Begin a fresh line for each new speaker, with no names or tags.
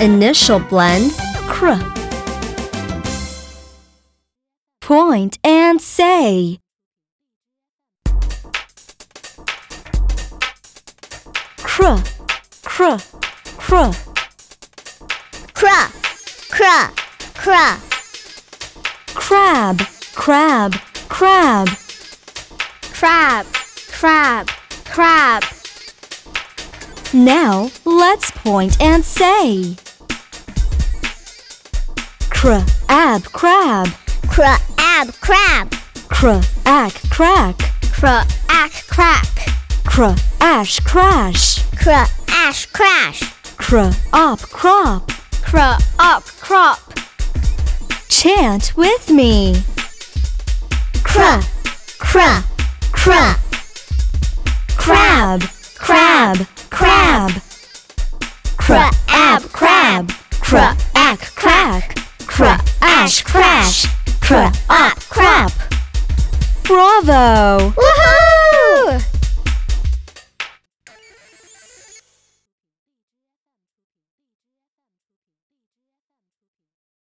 Initial blend kr. Point and say. Kr, kr, kr.
Cra, cra, cra.
Crab, crab, crab.
Crab, crab, crab.
Now let's point and say. Crab, crab.
Crab, crab.
Crack, crack.
Crack, crack.
Crash, crash.
Crash, crash.
Crop, crop.
Cra up, crop.
Chant with me.
Cra, cra, cra.
Crab, crab, crab. Crab, crab. Crack, crack. Crash, crash. Crop, crop. Bravo!
Woohoo!